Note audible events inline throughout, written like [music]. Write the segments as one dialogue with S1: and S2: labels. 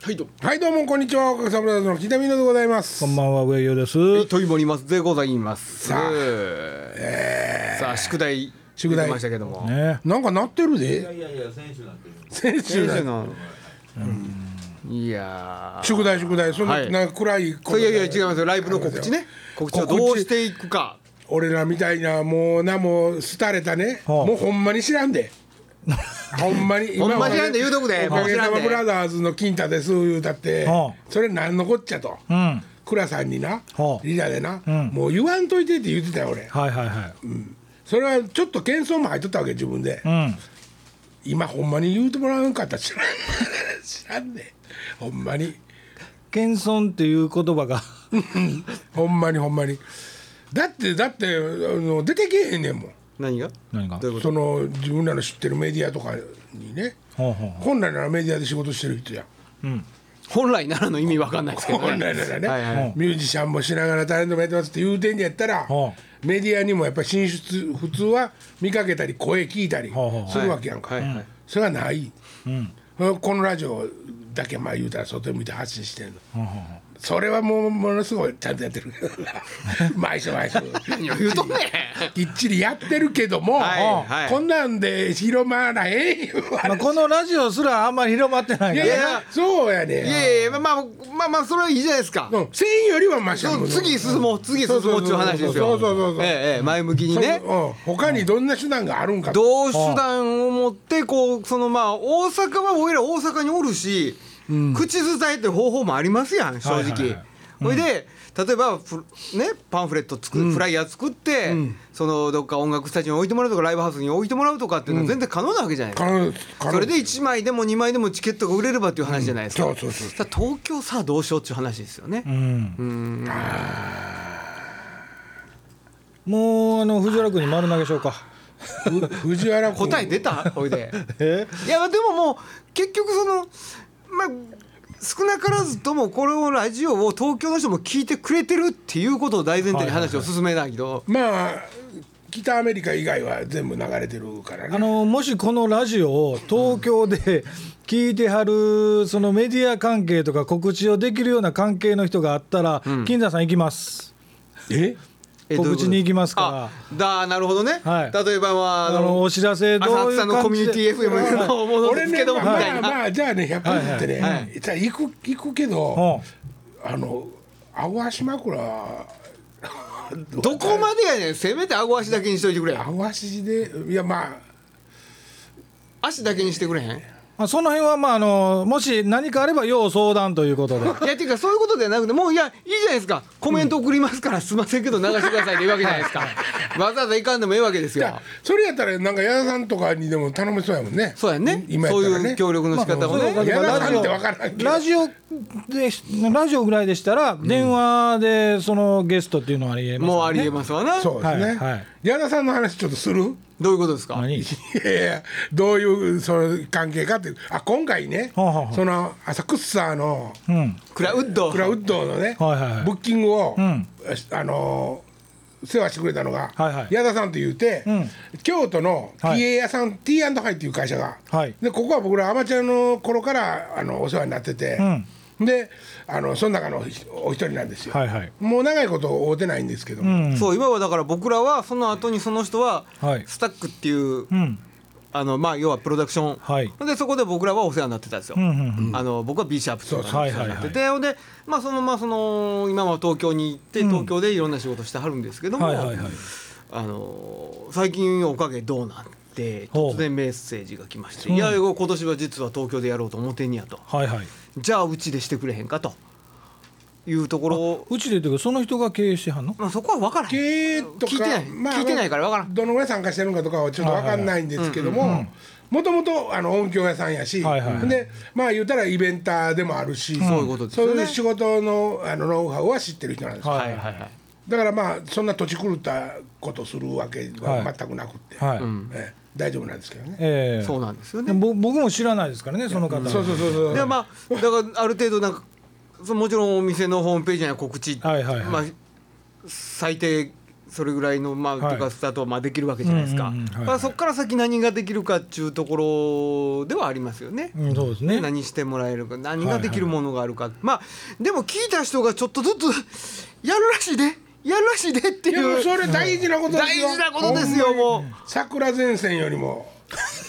S1: はいどうも
S2: はいどうもこんにちは岡サブラザーズの木田美濃でございます
S3: こんばんは上与です。
S1: といもりますでございますさあ,、さあ宿題
S2: 宿
S1: 出
S2: 題
S1: てましたけども、
S3: ね、
S2: なんかなってるで
S4: いやいや選手なんて
S2: 先週
S1: 先生のいやー
S2: 宿題宿題その、
S1: はい
S2: なんか暗いこ
S1: そ
S2: と
S1: ういや
S2: で
S1: いや違いますよライブの告知ね告知をどうしていくか
S2: 俺らみたいなもうなもう廃れたね、
S3: はあ
S2: もうほんまに知ら
S1: [laughs]
S2: んでほんまに
S1: ほんま
S2: はね
S1: 知らんで言うとくで
S2: おか
S1: ほんま
S2: げ
S1: 知
S2: さ
S1: ら
S2: ま
S1: んで
S2: ブラザーズの金太です言うたって、
S3: はあ
S2: それなんのこっちゃと
S3: うん、はい
S2: 倉さんにな、
S3: はあ
S2: リーダーでな、
S3: ん
S2: もう言わんといてって言ってたよ俺
S3: はいはい。
S2: それはちょっと謙遜も入っとったわけ自分で、
S3: うん、
S2: 今ほんまに言うてもらわんかったら知らん知らんでほんまに
S3: 謙遜っていう言葉が
S2: ほんまにほんまにだってだってあの出てけえへんねんもん
S1: 何が
S3: 何が
S1: どういうこ
S2: その自分らの知ってるメディアとかにね
S3: ほうほう
S2: 本来ならメディアで仕事してる人やん
S1: と本来ならの意味わかんないですけどね
S2: 本来ならね、
S1: はいはい
S3: うん
S2: ミュージシャンもしながらタレントもやってますって言うてんやったら、
S3: ほ
S2: メディアにもやっぱ進出普通は見かけたり声聞いたり
S3: ほうほう
S2: するわけやんか、
S1: はいはいはい
S2: それがない、
S3: ん
S2: このラジオだけまあ言うたら外見て発信してるの
S3: ほうほう
S2: それはもうものすごいちゃんとやって
S1: [laughs]
S2: る毎週毎週
S1: 何を言うとんねん
S2: きっちりやってるけども、
S1: はいはい
S2: こんなんで広まらへんよあれ
S3: まあ、このラジオすらあんまり広まってない
S2: い
S3: か
S2: やい
S3: ら。
S2: やそうやねん
S1: いやいやまあまあまあまあそれはいいじゃないですか
S2: うん、繊維よりはマシや
S1: そ
S2: も
S1: うん次進もう次進もうっていう話です
S2: そ
S1: よ
S2: うそうそうそう
S1: ええええ前向きに
S2: そう
S1: ね
S2: うん、他にどんな手段があるんかと
S1: どう手段を持ってこうそのまあ大阪は俺ら大阪におるし、口伝えって方法もありますやん正
S3: はいはい
S1: 直
S3: はい。
S1: ほいで例えばフルね、パンフレット作、フライヤー作って、そのどっか音楽スタジオに置いてもらうとかライブハウスに置いてもらうとかっていうのは全然可能なわけじゃないです
S2: 可
S1: か、
S2: 能です可能
S1: それで1枚でも2枚でもチケットが売れればっていう話じゃないですか,、
S2: うんそうそうそう
S1: だから東京さあどうしようっていう話ですよね、
S3: うん。もうあの藤原君に丸投げしようか。
S2: ふ藤原君
S1: 答え出たほいで。
S3: [laughs] え？
S1: いやでももう結局そのまあ少なからずともこれをラジオを東京の人も聞いてくれてるっていうことを大前提に話を進めないけど、
S2: まあ北アメリカ以外は全部流れてるから
S3: あ
S2: ね
S3: のもしこのラジオを東京で聞いてはるそのメディア関係とか告知をできるような関係の人があったら、金田さん行きます。
S2: え
S1: え
S3: 告知に行きますから
S1: あだなるほどね、
S3: はい
S1: 例えばまあ
S3: あ
S1: あ
S3: の
S1: の
S3: お知らせど
S1: 浅
S3: ういう
S1: 草のコ
S3: 感
S1: ミ
S3: じ
S1: ュニテ
S3: で
S1: ィ FM のもので
S2: 俺
S1: す
S2: ね
S1: けどもみ
S2: まあ
S1: た
S2: ま
S1: い
S2: あ
S1: な、
S2: まあじゃあね100分言ってね、
S1: はいはい
S2: じゃあ行く行くけど、
S3: ほ
S2: あの青足枕
S1: [laughs] どこまでやねんせめて顎足だけにしといてくれよ
S2: 青足でいやまあ
S1: 足だけにしてくれへん
S3: まあ、その辺は、まあ、あのもし何かあれば要相談ということで
S1: い
S3: [laughs]
S1: やっていうかそういうことではなくてもういやいいじゃないですかコメント送りますからすいませんけど流してくださいでいいわけじゃないですかわざわざいかんでもいいわけです
S2: じ
S1: よ
S2: ゃあそれやったらなんか矢田さんとかにでも頼めそうやもんね
S1: そうやね
S2: 今や
S1: そ
S2: っ
S1: う
S2: たら
S1: いう
S2: ね
S1: 協力の仕方もね、
S3: まあそう
S2: 矢田
S3: だから
S2: さんって分からんけど
S3: ラジオでラジオぐらいでしたら電話でそのゲストっていうのはありえます
S1: もうあ
S3: よね
S1: りえますわな
S2: そうですね、
S3: はいはい
S2: 矢田さんの話ちょっとする [laughs]
S1: どういうことですか
S3: 何
S2: いやいやどういうその関係かっていうあ今回ね、
S3: はあはあ
S2: その朝クッサーの
S3: うん
S1: クラウッド
S2: クラウッドのね、
S3: はいはいはい
S2: ブッキングを、
S3: ん
S2: あのー世話してくれたのが、
S3: はいはい
S2: 矢田さんというて、
S3: ん
S2: 京都の
S3: はい
S2: PA 屋さん、T&I っていう会社が、
S3: はい
S2: でここは僕らアマチュアの頃からあのお世話になってて、であのその中のお一人なんですよ、
S3: はいはい
S2: もう長いこと会うてないんですけども、
S3: うん
S1: そう今はだから僕らはその後にその人は
S3: はい
S1: スタックっていう、
S3: うん
S1: あのまあ要はプロダクション、
S3: はい
S1: でそこで僕らはお世話になってたんですよ、
S3: うんうん
S1: あの僕は B シャープとか
S3: そ
S1: お
S3: うそう
S1: 世話になってて、ほんでまあそのまあその今は東京に行って東京でいろんな仕事してはるんですけども、
S3: はいはいはい
S1: あの最近おかげどうなんて
S3: ほう
S1: 突然メッセージが来まして「いや今年は実は東京でやろうと思ってんや」と
S3: はいはい
S1: 「じゃあうちでしてくれへんか」というところを
S3: うちで言うけどその人が経営してはんの
S1: まあ、そこは分からへん
S2: 経営とか
S1: 聞いてない、聞いてないから分からん
S2: どのぐらい参加してるのかとかはちょっと分かんないんですけどももともとあの音響屋さんやし、
S3: はいはい
S2: でまあ言うたらイベンターでもあるし、
S1: そういうことですよね
S2: そういう仕事のあのノウハウは知ってる人なんですよ、
S3: はい
S1: はいはい
S2: だからまあそんな土地狂ったことするわけは全くなくって、
S3: はい、
S2: ええ大丈夫なんですけどね。
S3: ええ
S1: そうなんですよ
S3: で
S1: ね
S3: ぼ僕も知らないですからねその方は
S2: そうそうそうそう
S1: でまあだからある程度なんかそのもちろんお店のホームページには告知、
S3: はいはいはい
S1: まあ、最低それぐらいのまあ、
S3: はい
S1: とかスタートはまあできるわけじゃないですか、
S3: うんうんうんはいはい
S1: まあ、そこから先何ができるかっていうところではありますよね。
S3: うん、そうですね。
S1: 何してもらえるか何ができるものがあるか、まあでも聞いた人がちょっとずつやるらしいでやるらしいでって
S2: いやも
S1: いうう
S2: それ大事なことです
S1: 大
S2: よ
S1: 事なことですよもう。
S2: 桜前線よりも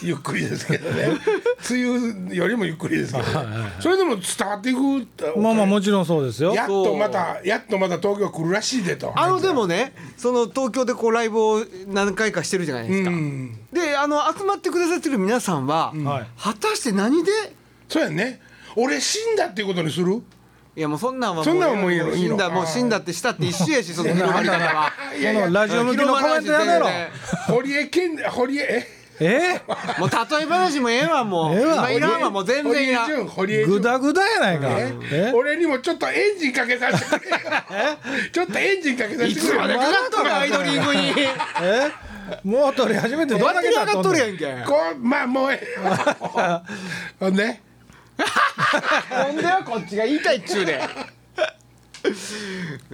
S2: ゆっくりですけ
S1: [laughs]
S2: どね梅雨よりもゆっくりですけど、ね、それでも伝わっていく
S3: まあまあもちろんそうですよ。
S2: やっとまたやっとまた東京来るらしいでと
S1: あのでもねその東京でこうライブを何回かしてるじゃないですか、
S2: うん
S1: であの集まってくださってる皆さんは、
S3: はい
S1: 果たして何で
S2: そうやね俺死んだっていうことにする
S1: いやもうそんなんは
S2: そんなんはもういいの
S1: 死ん
S2: いい
S1: だ
S2: の
S1: もう死んだってしたって一緒やしその広まり方は。
S2: い
S3: こ
S2: やいや
S3: [laughs] のラジオ向きのコメントやめろ。
S2: 堀江健堀江え
S3: え
S1: もう例え話もええわもう。
S3: ええわ
S1: 今いらんわもう全然いらん。
S2: ん堀江
S3: ぐ
S2: 潤
S3: だぐだやないか。え
S2: 俺にもちょっとエンジンかけさ
S1: [laughs]
S2: せてくれよちょっとエンジンかけさせ
S1: い
S2: て
S1: つ
S2: くれ
S1: まで
S2: よ
S1: かかっとるアイドリングに。
S3: えもう取り始めてど
S1: ど
S3: ん
S1: ん
S3: だ
S1: だ
S3: け
S1: け
S3: 経
S1: か
S3: っ
S1: か
S3: と
S1: っと
S3: ん
S1: る
S3: ね
S1: や
S3: ん
S1: んけ。
S2: こうまあもうえ [laughs] えわね
S1: ほんではこっちが言いたいっちゅうで。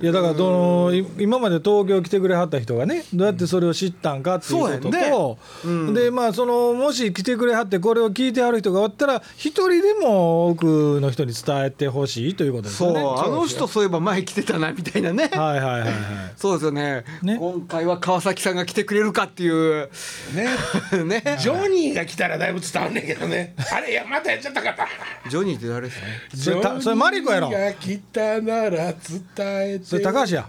S3: いやだからどのい今まで東京来てくれはった人がねどうやってそれを知ったんかっていうことと、
S1: そうやね
S3: でまあそのもし来てくれはってこれを聞いてはる人がおったら一人でも多くの人に伝えてほしいということです
S1: そ
S3: よ
S1: う
S3: ね。
S1: あの人そういえば前来てたなみたいなね。
S3: はいはいはいはい。
S1: そうですよね
S3: ね
S1: 今回は川崎さんが来てくれるかっていう。
S2: ね
S1: [laughs] ね。
S2: ジョニーが来たらだいぶ伝わんねんけどねあれいやまたやっちゃったから
S1: ジョニーって誰ですか
S3: それたそれマリコやろ
S2: ジョニーが来たなら伝えて
S3: それ高橋や。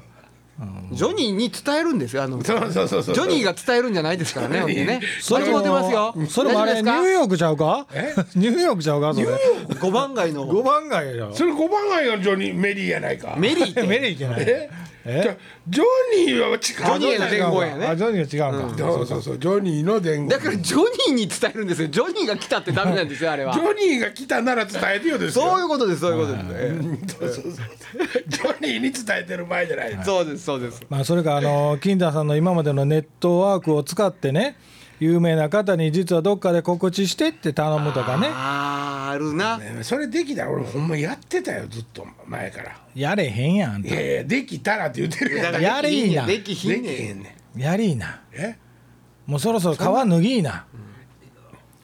S1: ジョニーに伝えるんですよあの。ジ
S2: そうそうそうそう
S1: ョニーが伝えるんじゃないですからね。ほんでね。
S3: そ
S1: そ
S3: れ
S1: れも出ますよ。
S3: それもあれ
S1: 大
S3: ニュ
S1: 丈夫ですか
S3: ーヨークちゃうか
S2: え？
S3: [laughs] ニューヨークちゃうかそれ。
S1: 五番街の
S3: 五番街やろ。
S2: それ5番街のジョニーメリーやないか
S1: メリーっ
S3: え
S1: て。
S3: メリー行けない。
S2: え
S3: え
S2: じゃあジョニーは違うジ
S1: ョニーの
S3: 違う
S1: 伝言やね
S3: かあジョニーは違うんか。
S2: そうそうそうジョニーの伝言
S1: だからジョニーに伝えるんですよ。ジョニーが来たってダメなんですよ、あれは
S2: ジ。ョニーが来たなら伝えてよですよ
S1: そういうことです、そういうことですえ
S2: そうそうそう [laughs] ジョニーに伝えてる場合じゃない
S1: え。そうです、そうです。
S3: まあ、それかあの金田さんの今までのネットワークを使ってね有名な方に実はどっかで告知してって頼むとかね
S1: あーあるな。
S2: それできたら俺ほんまやってたよずっと前から
S3: やれへんやんあん
S2: い
S3: た
S2: やいやできたらって言ってるやんで
S3: やれいいな
S1: でき
S2: き
S1: ひ
S2: へん
S1: んね
S2: ね
S1: ん。
S2: ん
S3: やりいな
S2: え
S3: もうそろそろ皮脱ぎいな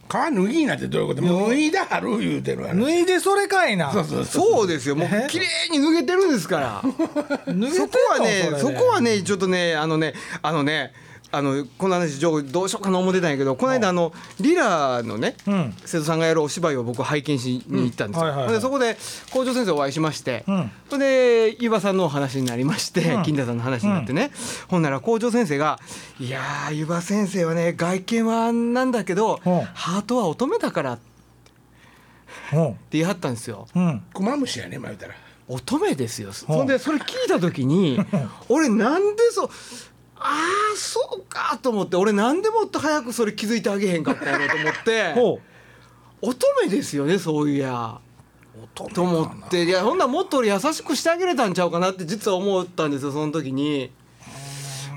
S2: 皮脱ぎなってどういうこと脱いだはる言うてるわね
S3: 脱いでそれかいな
S2: そうそうそう
S1: そうですよ、もう綺麗に脱げてるんですから。
S3: [laughs] 脱げてんの
S1: そこはね、
S3: れ
S1: そこはね、ちょっとね、あのね、あのね。あのこの話どうしようかな思ってたんやけどこの間あのリラのね、
S3: うん
S1: 瀬戸さんがやるお芝居を僕拝見しに行ったんですよ、
S3: うんはいはいはい
S1: でそこで校長先生お会いしまして、
S3: ん
S1: それで湯葉さんのお話になりまして、金田さんの話になってね、ほんなら校長先生が「いやー湯葉先生はね外見はなんだけど、
S3: うん
S1: ハートは乙女だから」って
S3: うん
S1: 言い張ったんですよ。
S3: うん
S2: クマムシやね前言うたら
S1: 乙女ですよそんでそれ聞いた時 [laughs] に俺なんでそうああそうかと思って俺なんでもっと早くそれ気づいてあげへんかったやろと思っ [laughs] て
S3: ほ
S1: 乙女ですよねそういやと思っていやほんならもっと俺優しくしてあげれたんちゃうかなって実は思ったんですよその時に。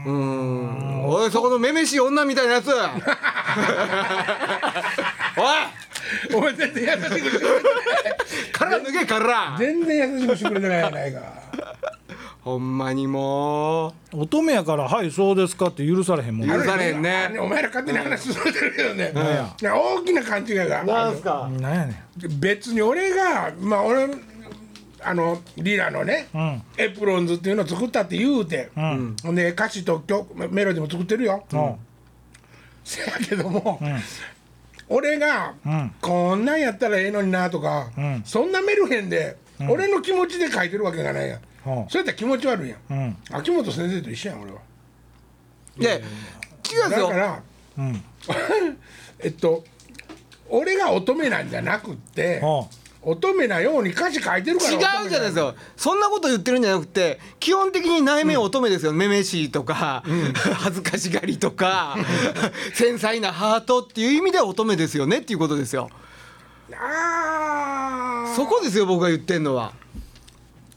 S1: うーんおいそこのめめしい女みたいな [laughs] やつおい
S2: お前全然優しいこと
S1: 殻脱げ殻
S2: 全然優しくしてくれてないやないか
S1: ほんまにもう
S3: う乙女やから「はいそうですか」って許されへんもん
S1: 許されへんね
S2: あお前ら勝手に話進めてるけどね
S3: や
S2: 大きな勘違いが
S1: なんすか
S3: なんやね
S2: 別に俺がまあ俺あのリラのね、
S3: ん
S2: エプロンズっていうのを作ったって言うて、ほんで歌詞と曲メロディーも作ってるよ、
S3: んうん
S2: せやけども、俺が、こんなんやったらええのになとか、
S3: ん
S2: そんなメルヘンで、俺の気持ちで書いてるわけがないやん、
S3: うん
S2: そうやったら気持ち悪いやん、
S3: うん
S2: 秋元先生と一緒やん俺は。
S1: で違うんです
S2: だ
S1: よ
S2: から、
S3: ん
S2: [laughs] えっと俺が乙女なんじゃなくって、
S3: ほ
S2: 乙女なように歌詞書いてるから
S1: 違うじゃないですかそんなこと言ってるんじゃなくて基本的に内面乙女ですよ、めめしいとか、恥ずかしがりとか繊細なハートっていう意味では乙女ですよねっていうことですよ
S2: あー
S1: そこですよ僕が言ってんのは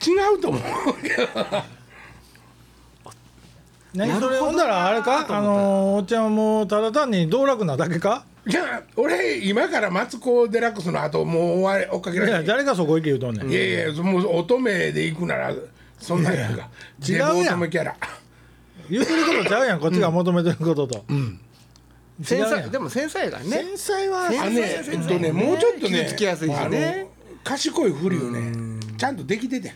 S2: 違うと思うけど
S3: う
S1: な
S3: ね
S1: るほど
S3: そ
S1: な
S3: れほんならあれかあのーおっちゃんはもうただ単に道楽なだけか
S2: [laughs] いや俺今からマツコ・デラックスの後もう終わり追っかけ
S3: い
S2: ら
S3: や
S2: れて
S3: 誰がそこ行け言うとんねん
S2: いやいやもう乙女で行くならそんなんやんか
S3: 違うや
S2: デ
S3: ん
S2: ブ乙女キャラ
S3: 言うてることちゃうやんこっちが求めてることと、
S1: 繊
S3: 違うや
S1: 細
S3: ん
S1: でも繊細だね
S4: 繊細は
S1: 繊
S2: あ
S1: 細
S2: のねえっとねもうちょっとね
S1: 傷つきやすいしね
S2: あの賢いふりをねちゃんとできてて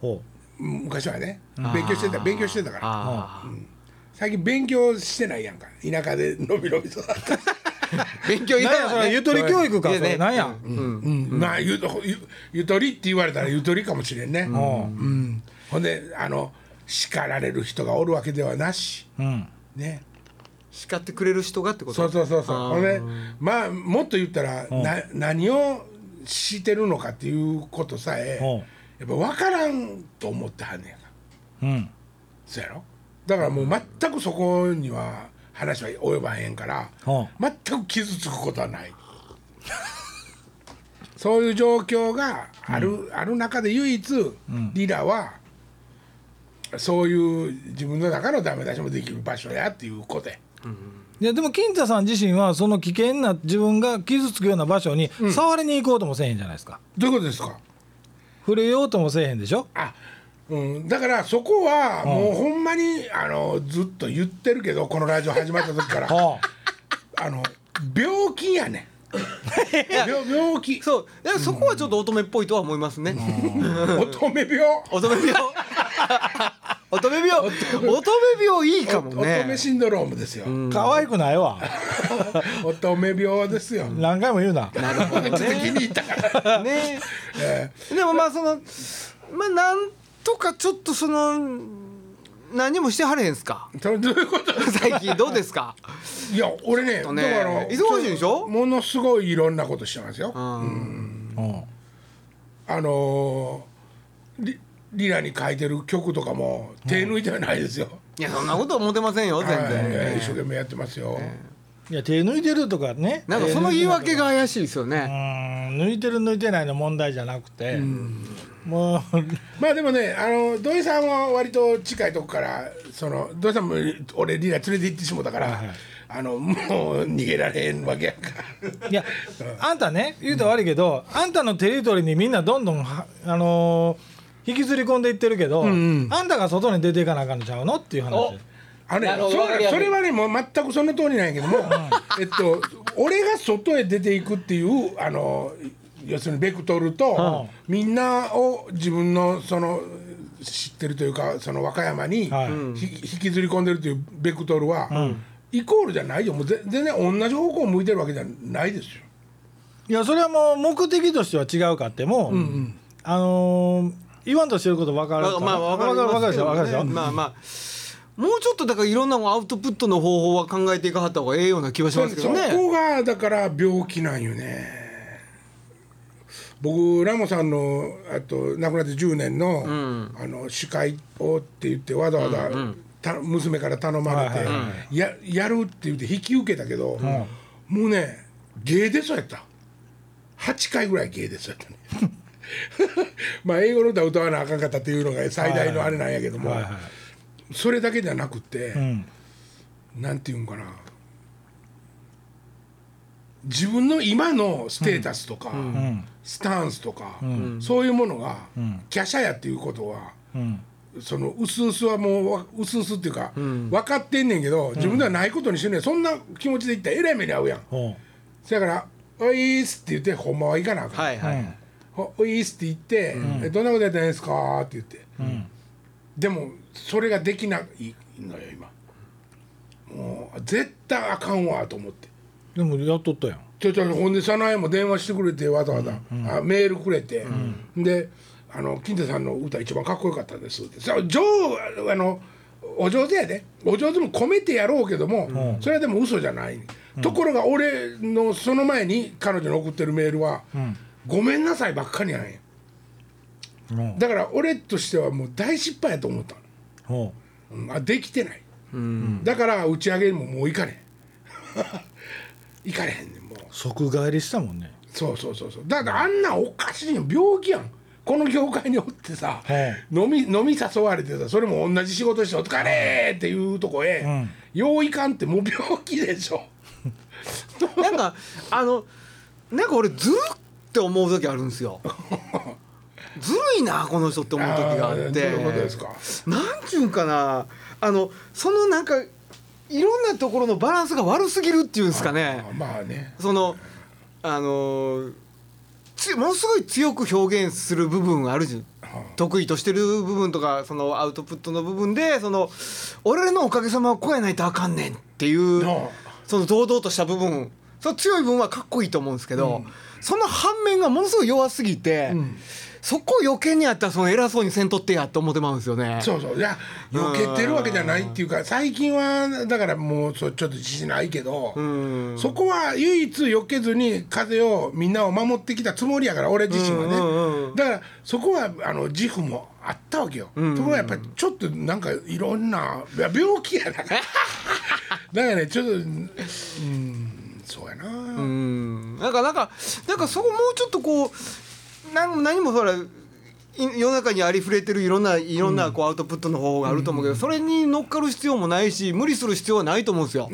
S3: ほ
S2: 昔はね勉強してた勉強してたから
S1: あ
S2: 最近勉強してないやんか田舎でのびのび育った
S1: あ勉強
S3: う
S1: い
S3: なんや
S1: ら
S3: そ
S1: な
S3: れ
S1: い
S3: ゆとり教育か
S1: い
S3: そ
S1: やね
S3: れなんや、
S2: うんまあゆとゆゆとりって言われたらゆとりかもしれんね、うんほんであの叱られる人がおるわけではなし
S3: うん
S2: ね
S1: 叱ってくれる人がってこと
S2: そうそうそうそう
S1: あー
S2: ほんでまあもっと言ったら、な何をしてるのかっていうことさえ、
S3: うん
S2: やっぱ分からんと思ってはんねやから
S3: うん
S2: そうやろだからもう全くそこには話は及ばへんから、
S3: うん
S2: 全く傷つくことはない。 [laughs] そういう状況がある、ある中で唯一、リラはそういう自分の中のダメ出しもできる場所やっていうことで
S3: いやでも金太さん自身はその危険な自分が傷つくような場所に触りに行こうともせえへんじゃないですか、
S2: どういうことですか
S3: 触れようともせえへんでしょ
S2: あ、うん、だからそこはもうほんまに、あのずっと言ってるけどこのラジオ始まった時 [laughs] から
S3: ほ
S2: あの病気やねん病病気
S1: そういやそこはちょっと乙女っぽいとは思いますね、
S2: 乙女病
S1: 乙女 [laughs] 病乙女病乙女病いいかも
S2: 乙女
S1: ね
S2: シンドロームですよ、
S3: う可愛くないわ
S2: 乙女病ですよ、
S3: 何回も言うな
S1: なるほど
S2: ちょっと気
S1: ね
S2: に入ったから
S1: ねでもまあそのまあなんとかちょっとその何もしてはれへんすか
S2: それどういうことですか
S1: 最近どうですか
S2: いや俺ね
S1: とね
S2: だから
S1: 忙しいでしょ
S2: ものすごいいろんなことしてますよ、
S3: うん
S2: あのーリリラに書いてる曲とかも手抜いてはないですよ、
S1: いやそんなこと思ってませんよ全
S2: はい
S1: 然
S2: 一生懸命やってますよ、
S3: いや手抜いてるとかね
S1: なんかその言い訳が怪しいですよ
S3: う
S1: ね
S3: ーん抜いてる抜いてないの問題じゃなくてもう
S2: まあでもねあの土井さんは割と近いとこからその土井さんも俺リラ連れて行ってしもたから、あのもう逃げられへんわけやんか
S3: いやあんたね言うと悪いけどあんたのテリトリーにみんなどんどんはあのー引きずり込んでいってるけど、あんたが外に出ていかなあかんのちゃうのっていう話です
S2: あのね
S1: なるほど
S2: そ
S1: わかり
S2: れ
S1: やす
S2: そ
S1: い
S2: れはねもう全くその通りなんやけども、えっと俺が外へ出ていくっていうあの要するにベクトルと、みんなを自分のその知ってるというかその和歌山に、
S3: はい
S2: ひ引きずり込んでるというベクトルは、イコールじゃないよもうぜ全然同じ方向を向いてるわけじゃないですよ。
S3: いやそれはもう目的としては違うかっても、あのー言わんとしてること分かる
S1: まあ
S3: か
S1: まあわかり
S3: 分か
S1: ま
S3: るですし
S1: け
S3: ょ
S1: ど
S3: 分かる
S1: ね
S3: でしょ、
S1: まあまあもうちょっとだからいろんなアウトプットの方法は考えていかはった方がええような気はしますけ
S2: そ
S1: どね
S2: こがだから病気なんよね僕ラモさんのあと亡くなって10年の,、あの司会をって言ってわざわざ、た娘から頼まれて、
S3: はいはいは
S2: ややるって言って引き受けたけど、もうね芸でそうやった8回ぐらい芸でそうやったね
S3: [laughs]
S2: まあ英語の歌歌わなあかんかったっていうのが最大のあれなんやけども、
S3: はいはい
S2: それだけじゃなくて、
S3: うん
S2: なんていうんかな自分の今のステータスとか、
S3: ん
S2: スタンスとか、そういうものが華奢やっていうことは、
S3: うん
S2: そのうすうすはもうわうすうすっていうか、分かってんねんけど自分ではないことにしてんねんそんな気持ちでいったらえらい目に遭うやん。
S3: ほ
S2: そやから「おいっす」って言ってほんまは行かなあかん。
S1: はいはいはい
S2: おおいいっすって言って、えどんなことやったらいいんですかって言って、でもそれができないのよ今もう絶対あかんわと思って
S3: うでもやっとったやん
S2: ちょちょほんで早苗も電話してくれてわざわざ、あメールくれて、であの「金太さんの歌一番かっこよかったです」ってさ上あのお上手やでお上手も込めてやろうけども、それはでも嘘じゃない、ところが俺のその前に彼女の送ってるメールは「ごめんなさい」ばっかりやんや
S3: うん
S2: だから俺としてはもう大失敗やと思ったの
S3: ほ
S2: うんあできてない、だから打ち上げにももう行かれへん [laughs] 行かれへんねんもう
S3: う即帰りしたもんね
S2: そうそうそうそうだからあんなんおかしいよ病気やんこの業界におってさ、
S3: はい
S2: 飲み飲み誘われてさそれも同じ仕事して「お疲れ!」っていうとこへ、
S3: ん
S2: よういかんってもう病気でしょ
S1: なんかあのなんか俺ずるって思う時あるんですよずるいなこの人って思う時があっ
S2: ー
S1: て
S2: どういうことですか
S1: なんちゅうんかなあのそのなんかいろんなところのバランスが悪すぎるっていうんですかね
S2: あまあね
S1: そのあのーつものすごい強く表現する部分あるじゃん得意としてる部分とかそのアウトプットの部分でその俺のおかげさまを超えないとあかんねんっていう
S2: ああ
S1: その堂々とした部分その強い部分はかっこいいと思うんですけど、その反面がものすごい弱すぎて、そこを余計にやったらその偉そうにせんとってやって思ってまうんですよね。
S2: そうそういや避けてるわけじゃないっていうか最近はだからもうそうちょっと自信ないけど
S1: ん
S2: そこは唯一避けずに風をみんなを守ってきたつもりやから俺自身はね、
S1: うんうん
S2: だからそこはあの自負もあったわけよ、ところがやっぱりちょっとなんかいろんないや病気やなだからねちょっとうんそうやな、
S1: うんなんかなんかなんかそこもうちょっとこうなん何もほらい世の中にありふれてるいろんないろんなこうアウトプットの方法があると思うけど、それに乗っかる必要もないし無理する必要はないと思うんですよ、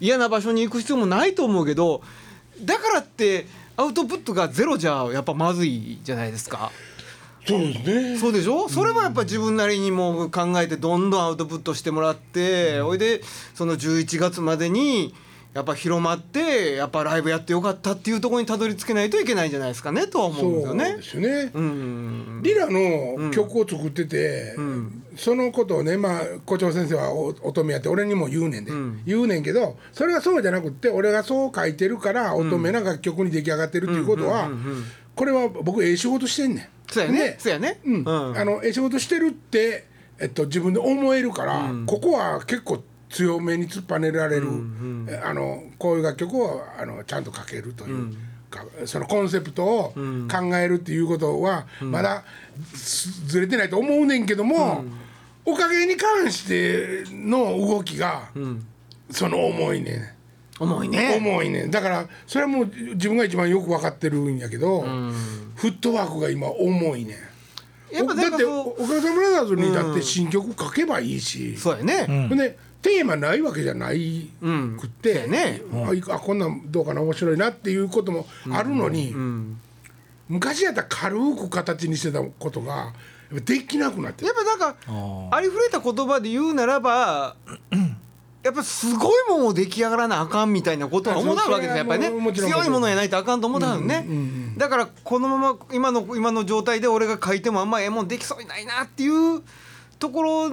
S1: 嫌な場所に行く必要もないと思うけどだからってアウトプットがゼロじゃやっぱまずいじゃないですか。
S2: そうですね
S1: そうでしょそれもやっぱ自分なりにもう考えてどんどんアウトプットしてもらってほいでその11月までにやっぱ広まってやっぱライブやってよかったっていうところにたどり着けないといけないんじゃないですかねとは思うんです
S2: そ
S1: よ
S2: う
S1: ね
S2: で。すね、
S1: うん
S2: リラの曲を作ってて、そのことをね、まあ、校長先生はお乙女やって俺にも言うねんで、言うねんけどそれはそうじゃなくって俺がそう書いてるから乙女な楽曲に出来上がってるっていうことは、これは僕ええ仕事してんねん。
S1: そうやねそうやね。
S2: うん
S1: うん
S2: あのええ仕事してるって、えっと、自分で思えるから、ここは結構強めに突っぱねられる、えあのこういう楽曲をあのちゃんと書けるという。かそのコンセプトを考えるっていうことはまだずずれてないと思うねんけども、おかげに関しての動きが、その重いねん。
S1: 重いね。
S2: 重いねんだからそれはもう自分が一番よく分かってるんやけど、フットワークが今重いねん
S1: やっぱなん
S2: だ
S1: か
S2: って
S1: そう
S2: 岡田ブラザーズにだって新曲書けばいいし、
S1: そうやね。
S2: ほんでテーマないわけじゃないくって、
S1: うんね
S2: あいあこんなんどうかな面白いなっていうこともあるのに、昔やったら軽く形にしてたことがやっぱできなくなって
S1: やっ
S2: る
S1: ぱなんかありふれた言葉で言うならば [clears throat] やっぱすごいもんを出来上がらなあかんみたいなことは思うわけですよやっぱり
S2: それは
S1: ね
S2: もちろん
S1: 強いものやないとあかんと思ったのね、だからこのまま今の今の状態で俺が書いてもあんまええもんできそうにないなっていうところ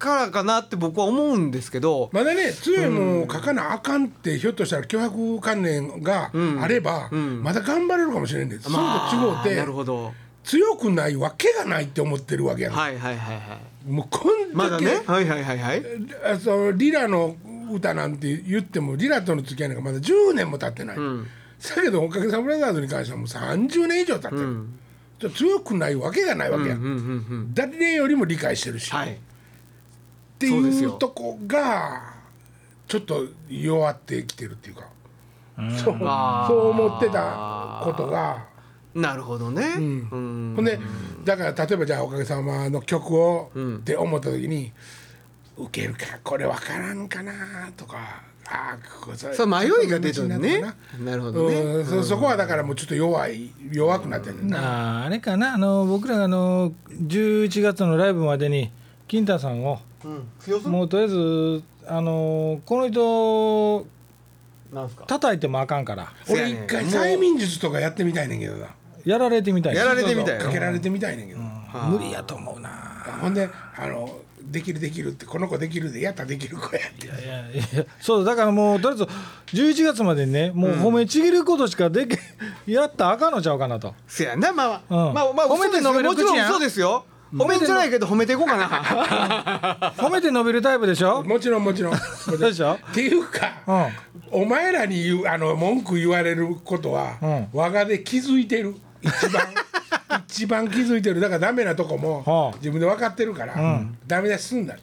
S1: からかなって僕は思うんですけど、
S2: まだね強いものを書かなあかんってひょっとしたら脅迫観念があれば、まだ頑張れるかもしれんねん、
S1: ま
S2: そう
S1: あ
S2: と違
S1: なる
S2: うて
S1: ほど
S2: 強くないわけがないって思ってるわけやん、
S1: はいはいはいはい
S2: もうこん
S1: ま
S2: だ
S1: だ
S2: け、
S1: ねはいはいはいはい
S2: あそのリラの歌なんて言ってもリラとの付き合いなんかまだ10年も経ってない、だけど「おかげさまブラザーズ」に関してはもう30年以上経ってる、じゃあ強くないわけがないわけや、ん
S1: うんうんうん
S2: 誰よりも理解してるし、
S1: は
S2: っ
S1: い
S2: て
S1: そうです
S2: い
S1: よ
S2: うとこがちょっと弱ってきてるっていうか、そう
S1: あー
S2: そう思ってたことが、
S1: なるほどね、うん
S2: ほんでだから例えばじゃあ「おかげさま」の曲をって思った時に「ウケるかこれ分からんかな」とか「あーこ
S1: そう迷いが出てるね
S2: ちょっと
S1: なるほどね
S2: うんそそこはだからもうちょっと弱い弱くなってるね
S3: あーあれかなあの僕らがあの11月のライブまでに金太さんを
S1: うん強そう
S3: もうとりあえずあのこの人
S1: なんすか
S3: 叩いてもあかんから
S2: 俺一回催眠術とかやってみたいねんけどな
S3: やられてみたい
S1: やられてみたい
S2: かけられてみたいねんけど、
S3: 無理やと思うな
S2: ほんであの「できるできる」って「この子できるでやったできる子や」って
S3: いやいやそうだからもうとりあえず11月までにねもう褒めちぎることしかでき、やったらあかんのちゃうかなと
S1: せやなまあ、
S3: うん
S1: まあまあ
S3: 褒めて
S1: 嘘ですよ
S3: 飲める
S1: もちろ
S3: 口
S1: ん
S3: やん
S1: 嘘ですよ褒めんじゃないけど褒めていこうかな
S3: 褒めて伸びるタイプでしょ
S2: もちろんもち
S1: [laughs]
S2: ろん
S3: そうでしょ
S2: っていうか、お前らに言うあの文句言われることは、
S3: う
S2: 我がで気づいてる一
S3: [laughs]
S2: 番一番気づいてるだからダメなとこ
S3: は
S2: も
S3: あ
S2: 自分で分かってるから、ダメ出しすんだって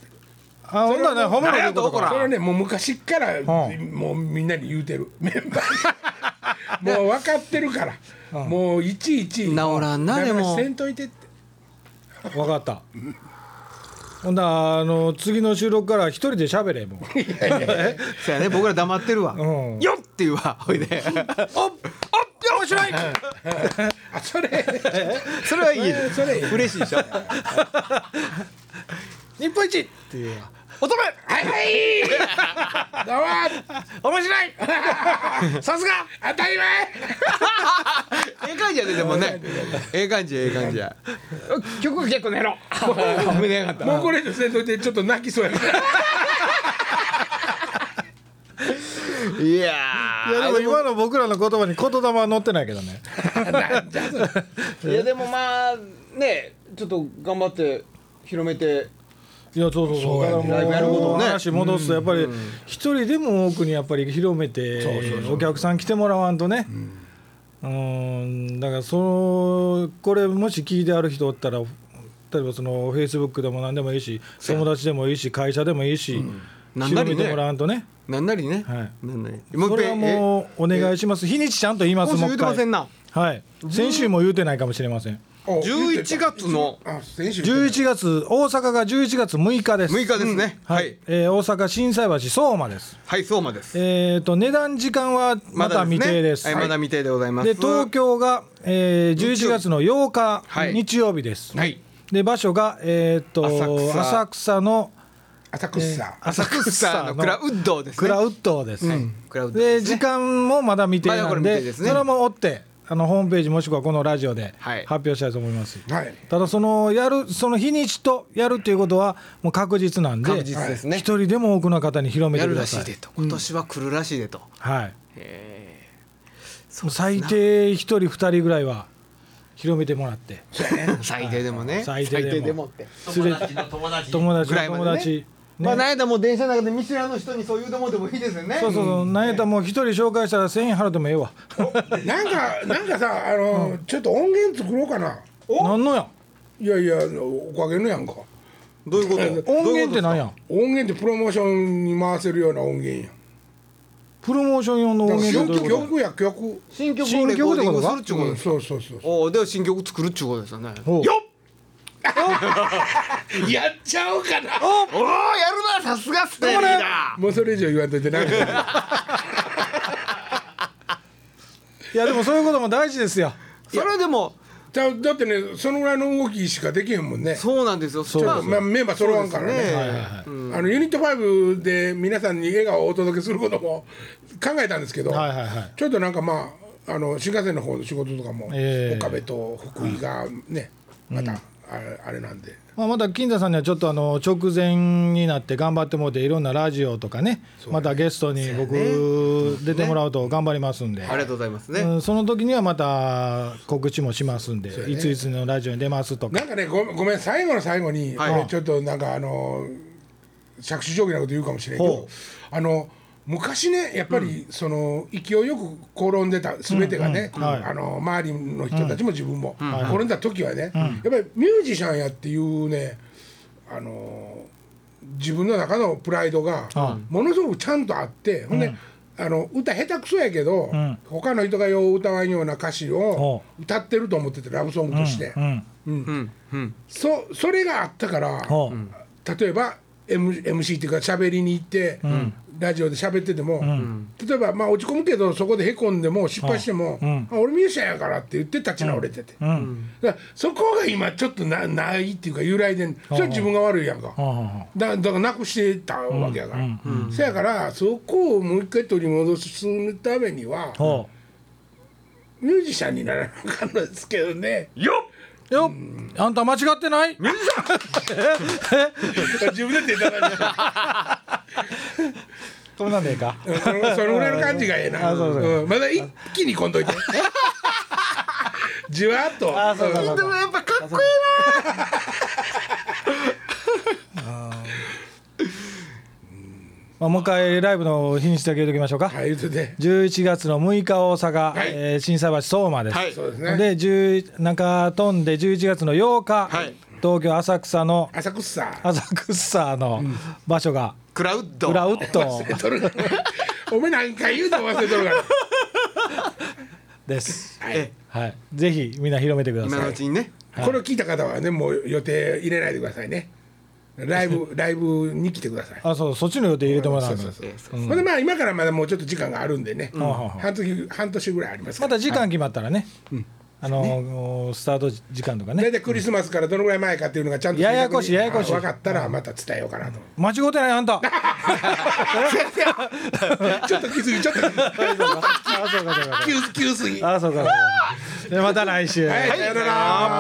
S3: あほんならね褒め
S1: 何
S3: ろ
S1: やと怒ら
S2: それは
S1: ん
S2: ねもう昔っから、
S3: はあ
S2: もうみんなに言うて
S3: [laughs]
S2: るメンバーにもう分かってるから、もういちいち
S1: 治らんなで
S2: ダメ出し
S1: も
S2: せんといてって
S3: 分かったほんだらあの次の収録から一人で喋れもう
S1: せやね僕ら黙ってるわ、
S3: うん
S1: よっっていうわほいでおっおっ面白い
S2: あそ
S3: [laughs]
S2: れ
S1: それはいいです
S2: それ
S1: 嬉しいでしょ
S3: 日本一っていう
S1: 乙女
S2: はいはい [laughs] どうも
S1: 面白い
S2: [laughs] さすが当たり前
S1: ええ感じやででもねええ感じええ感じや曲結構寝ろ危ねかった
S2: もうこれですねそれでちょっと泣きそうや
S1: [laughs] いや
S3: いやでも今の僕らの言葉に言霊は載ってないけどね
S2: [laughs]
S1: いやでもまあねちょっと頑張って広めて
S3: いやそうそうそうだからもう
S1: ライブやることをね
S3: 話戻すとやっぱり一人でも多くにやっぱり広めてお客さん来てもらわんとねうんだからそのこれもし聞いてある人おったら例えばそのフェイスブックでも何でもいいし友達でもいいし会社でもいいし
S1: なんな
S3: 広
S1: りね
S3: めてもらわんとね
S1: なんなりね
S3: はい
S1: なんなり
S3: それはもうお願いします日にちちゃんと言います
S1: 今週言
S3: もう
S1: うて
S3: 一
S1: ませ
S3: 回
S1: んな
S3: はい先週も言うてないかもしれません
S1: 11月の
S2: あ先週
S3: 11月大阪が11月6日です
S1: 6日ですね
S3: は
S1: はいい、
S3: えー大阪心斎橋相馬です。
S1: はいそうまです
S3: えっ、と値段時間はまだ未定です。
S1: ねはいまだ未定でございます
S3: で東京が、えー、
S1: 日
S3: 11
S1: 曜日
S3: 月の8日、
S1: はい
S3: 日曜日です。
S1: はい
S3: で場所がえっ、と
S1: 浅草
S3: 浅草の
S2: 浅草
S1: 浅草のクラウッドですね
S3: クラウッドです。
S1: うんクラウド
S3: で
S1: ですね
S3: 時間もまだ未定な
S1: まだこれ
S3: ん
S1: 未
S3: で,、
S1: 定です
S3: そ
S1: ね
S3: れも追ってあのホームページもしくはこのラジオで
S1: はい
S3: 発表したいと思います。
S2: はい
S3: ただそのやるその日にちとやるっていうことはもう確実なんで
S1: 確実ですね
S3: 一人でも多くの方に広め
S1: や
S3: て
S1: る
S3: く
S1: ら
S3: だ
S1: し
S3: さ
S1: い
S3: い
S1: でと今年は来るらしいでと
S3: はい
S1: へえ
S3: 最低一人二人ぐらいは広めてもらって
S1: [laughs] 最低でもね
S3: 最低でも
S1: って
S3: 連れて
S4: 友達
S3: 友達
S1: ぐらいまで
S3: 友
S1: ね
S3: 達ね
S1: まあなんやったらもう電車の中で見知らぬ人にそう言うてもでもいいですよね
S3: そうそうそうなんやったらもう一人紹介したら千円払ってもええわ
S2: なんかなんかさあのちょっと音源作ろうかな
S3: なんのや
S2: いやいやおかげのやんか
S1: どういうこと
S3: 音源ってなんや
S2: 音源ってプロモーションに回せるような音源や
S3: プロモーション用の音源ってど
S2: 曲
S3: ういうこ
S2: 曲や曲
S1: 新曲を
S3: 新
S1: レコー
S3: 曲っ
S1: デ
S3: て
S1: ィング
S3: ことか
S1: するっちゅうこと
S2: うん
S1: です
S2: そうそうそう
S1: おうで新曲作るっちゅうことですよね
S3: とほう
S2: やっちゃおうかな
S1: おおーやるなさすがっすねリーダ
S2: もうそれ以上言わんといてな
S3: いやでもそういうことも大事ですよ
S1: ーそれでも
S2: だだってねそのぐらいの動きしかできへんもんね
S1: そうなんですよ
S3: う
S1: まあ
S2: まあ、メンバー揃わんからね
S1: そうですねはいはい
S2: あのユニット5で皆さんに笑顔をお届けすることも [laughs] 考えたんですけど、
S3: はいはいはい
S2: ちょっとなんかまああの新幹線の方の仕事とかも、
S3: ええ
S2: 岡部と福井がねまた、あれあれなんで
S3: まあ、また金田さんにはちょっとあの直前になって頑張ってもらっていろんなラジオとかねまたゲストに僕出てもらうと頑張りますんで、
S1: ありがとうございます
S3: う
S1: ね
S3: ん、その時にはまた告知もしますんで、いついつのラジオに出ますとか
S2: なんかねごごめん最後の最後に、
S1: はい
S2: 俺ちょっとなんかあの着手定規なこと言うかもしれんけどあの昔ねやっぱりその勢いよく転んでた全てがね、
S3: うんうんはい
S2: あの周りの人たちも自分も、転んだ時はね、やっぱりミュージシャンやっていうねあの自分の中のプライドがものすごくちゃんとあって、ほんであの歌下手くそやけど、
S3: ん
S2: 他の人がよう歌わんような歌詞を歌ってると思っててラブソングとして。
S3: うん
S1: うんうん
S2: そそれがあったから、
S3: ほう
S2: 例えば、M、MC っていうか喋りに行って、ラジオで喋ってても、例えば、まあ、落ち込むけどそこでへこんでも失敗しても、
S3: うん
S2: あ俺ミュージシャンやからって言って立ち直れてて、
S3: うんうん
S2: だからそこが今ちょっとなないっていうか由来でそれは自分が悪いやんか、
S3: ほうほうほう
S2: だだからなくしてたわけやから、そやからそこをもう一回取り戻すためには、
S3: ほ
S2: ミュージシャンにならなあかんのですけどね
S3: うよっあんた間違ってない
S2: 自分で手叩いて
S3: そんなんでええか
S2: うんそのそのぐらいの感じがええな。
S3: あそうそう
S2: うんまだ一気にこんといて。じわっと。
S3: あそうそう
S2: う
S3: そ
S2: ん
S3: う
S1: でもやっぱかっこ
S3: まあ、もう一回ライブの日にちだけ言うときましょうか、
S2: はい、言うてて。
S3: 11月の6日大阪、
S2: はい
S3: えー心斎橋相馬です、
S1: はい
S2: そうですね。
S3: で10中飛んで11月の8日、
S1: はい
S3: 東京浅草の
S2: 浅草。
S3: 浅草の場所が
S1: クラウッド
S3: クラウッド
S2: とるお前何回言うて忘れとるから。
S3: です、
S1: え
S3: はい、ぜひみんな広めてくだ
S1: 今
S3: さ
S1: の
S3: いう
S1: ちにね
S2: これを聞いた方はね、もう予定入れないでくださいね。ライブライブに来てください
S3: あそうそっちの予定入れてもらう
S2: そうそう
S1: えーそう
S2: ほんでまあ今からまだもうちょっと時間があるんでね、
S3: ん
S2: 半年半年ぐらいありますか
S3: ま
S2: ら
S3: た時間決まったらね、あのスタート時間とか
S2: 大
S3: ね
S2: 体クリスマスからどのぐらい前かっていうのがちゃんと
S3: ややこしいややこしい
S2: 分かったらまた伝えようかなと
S3: 間違ってないあんた
S2: ちょっと気づいちょっと
S3: あそうかそうか
S2: 急急すぎは
S3: あそうかそうかでまた来週
S2: いさよなら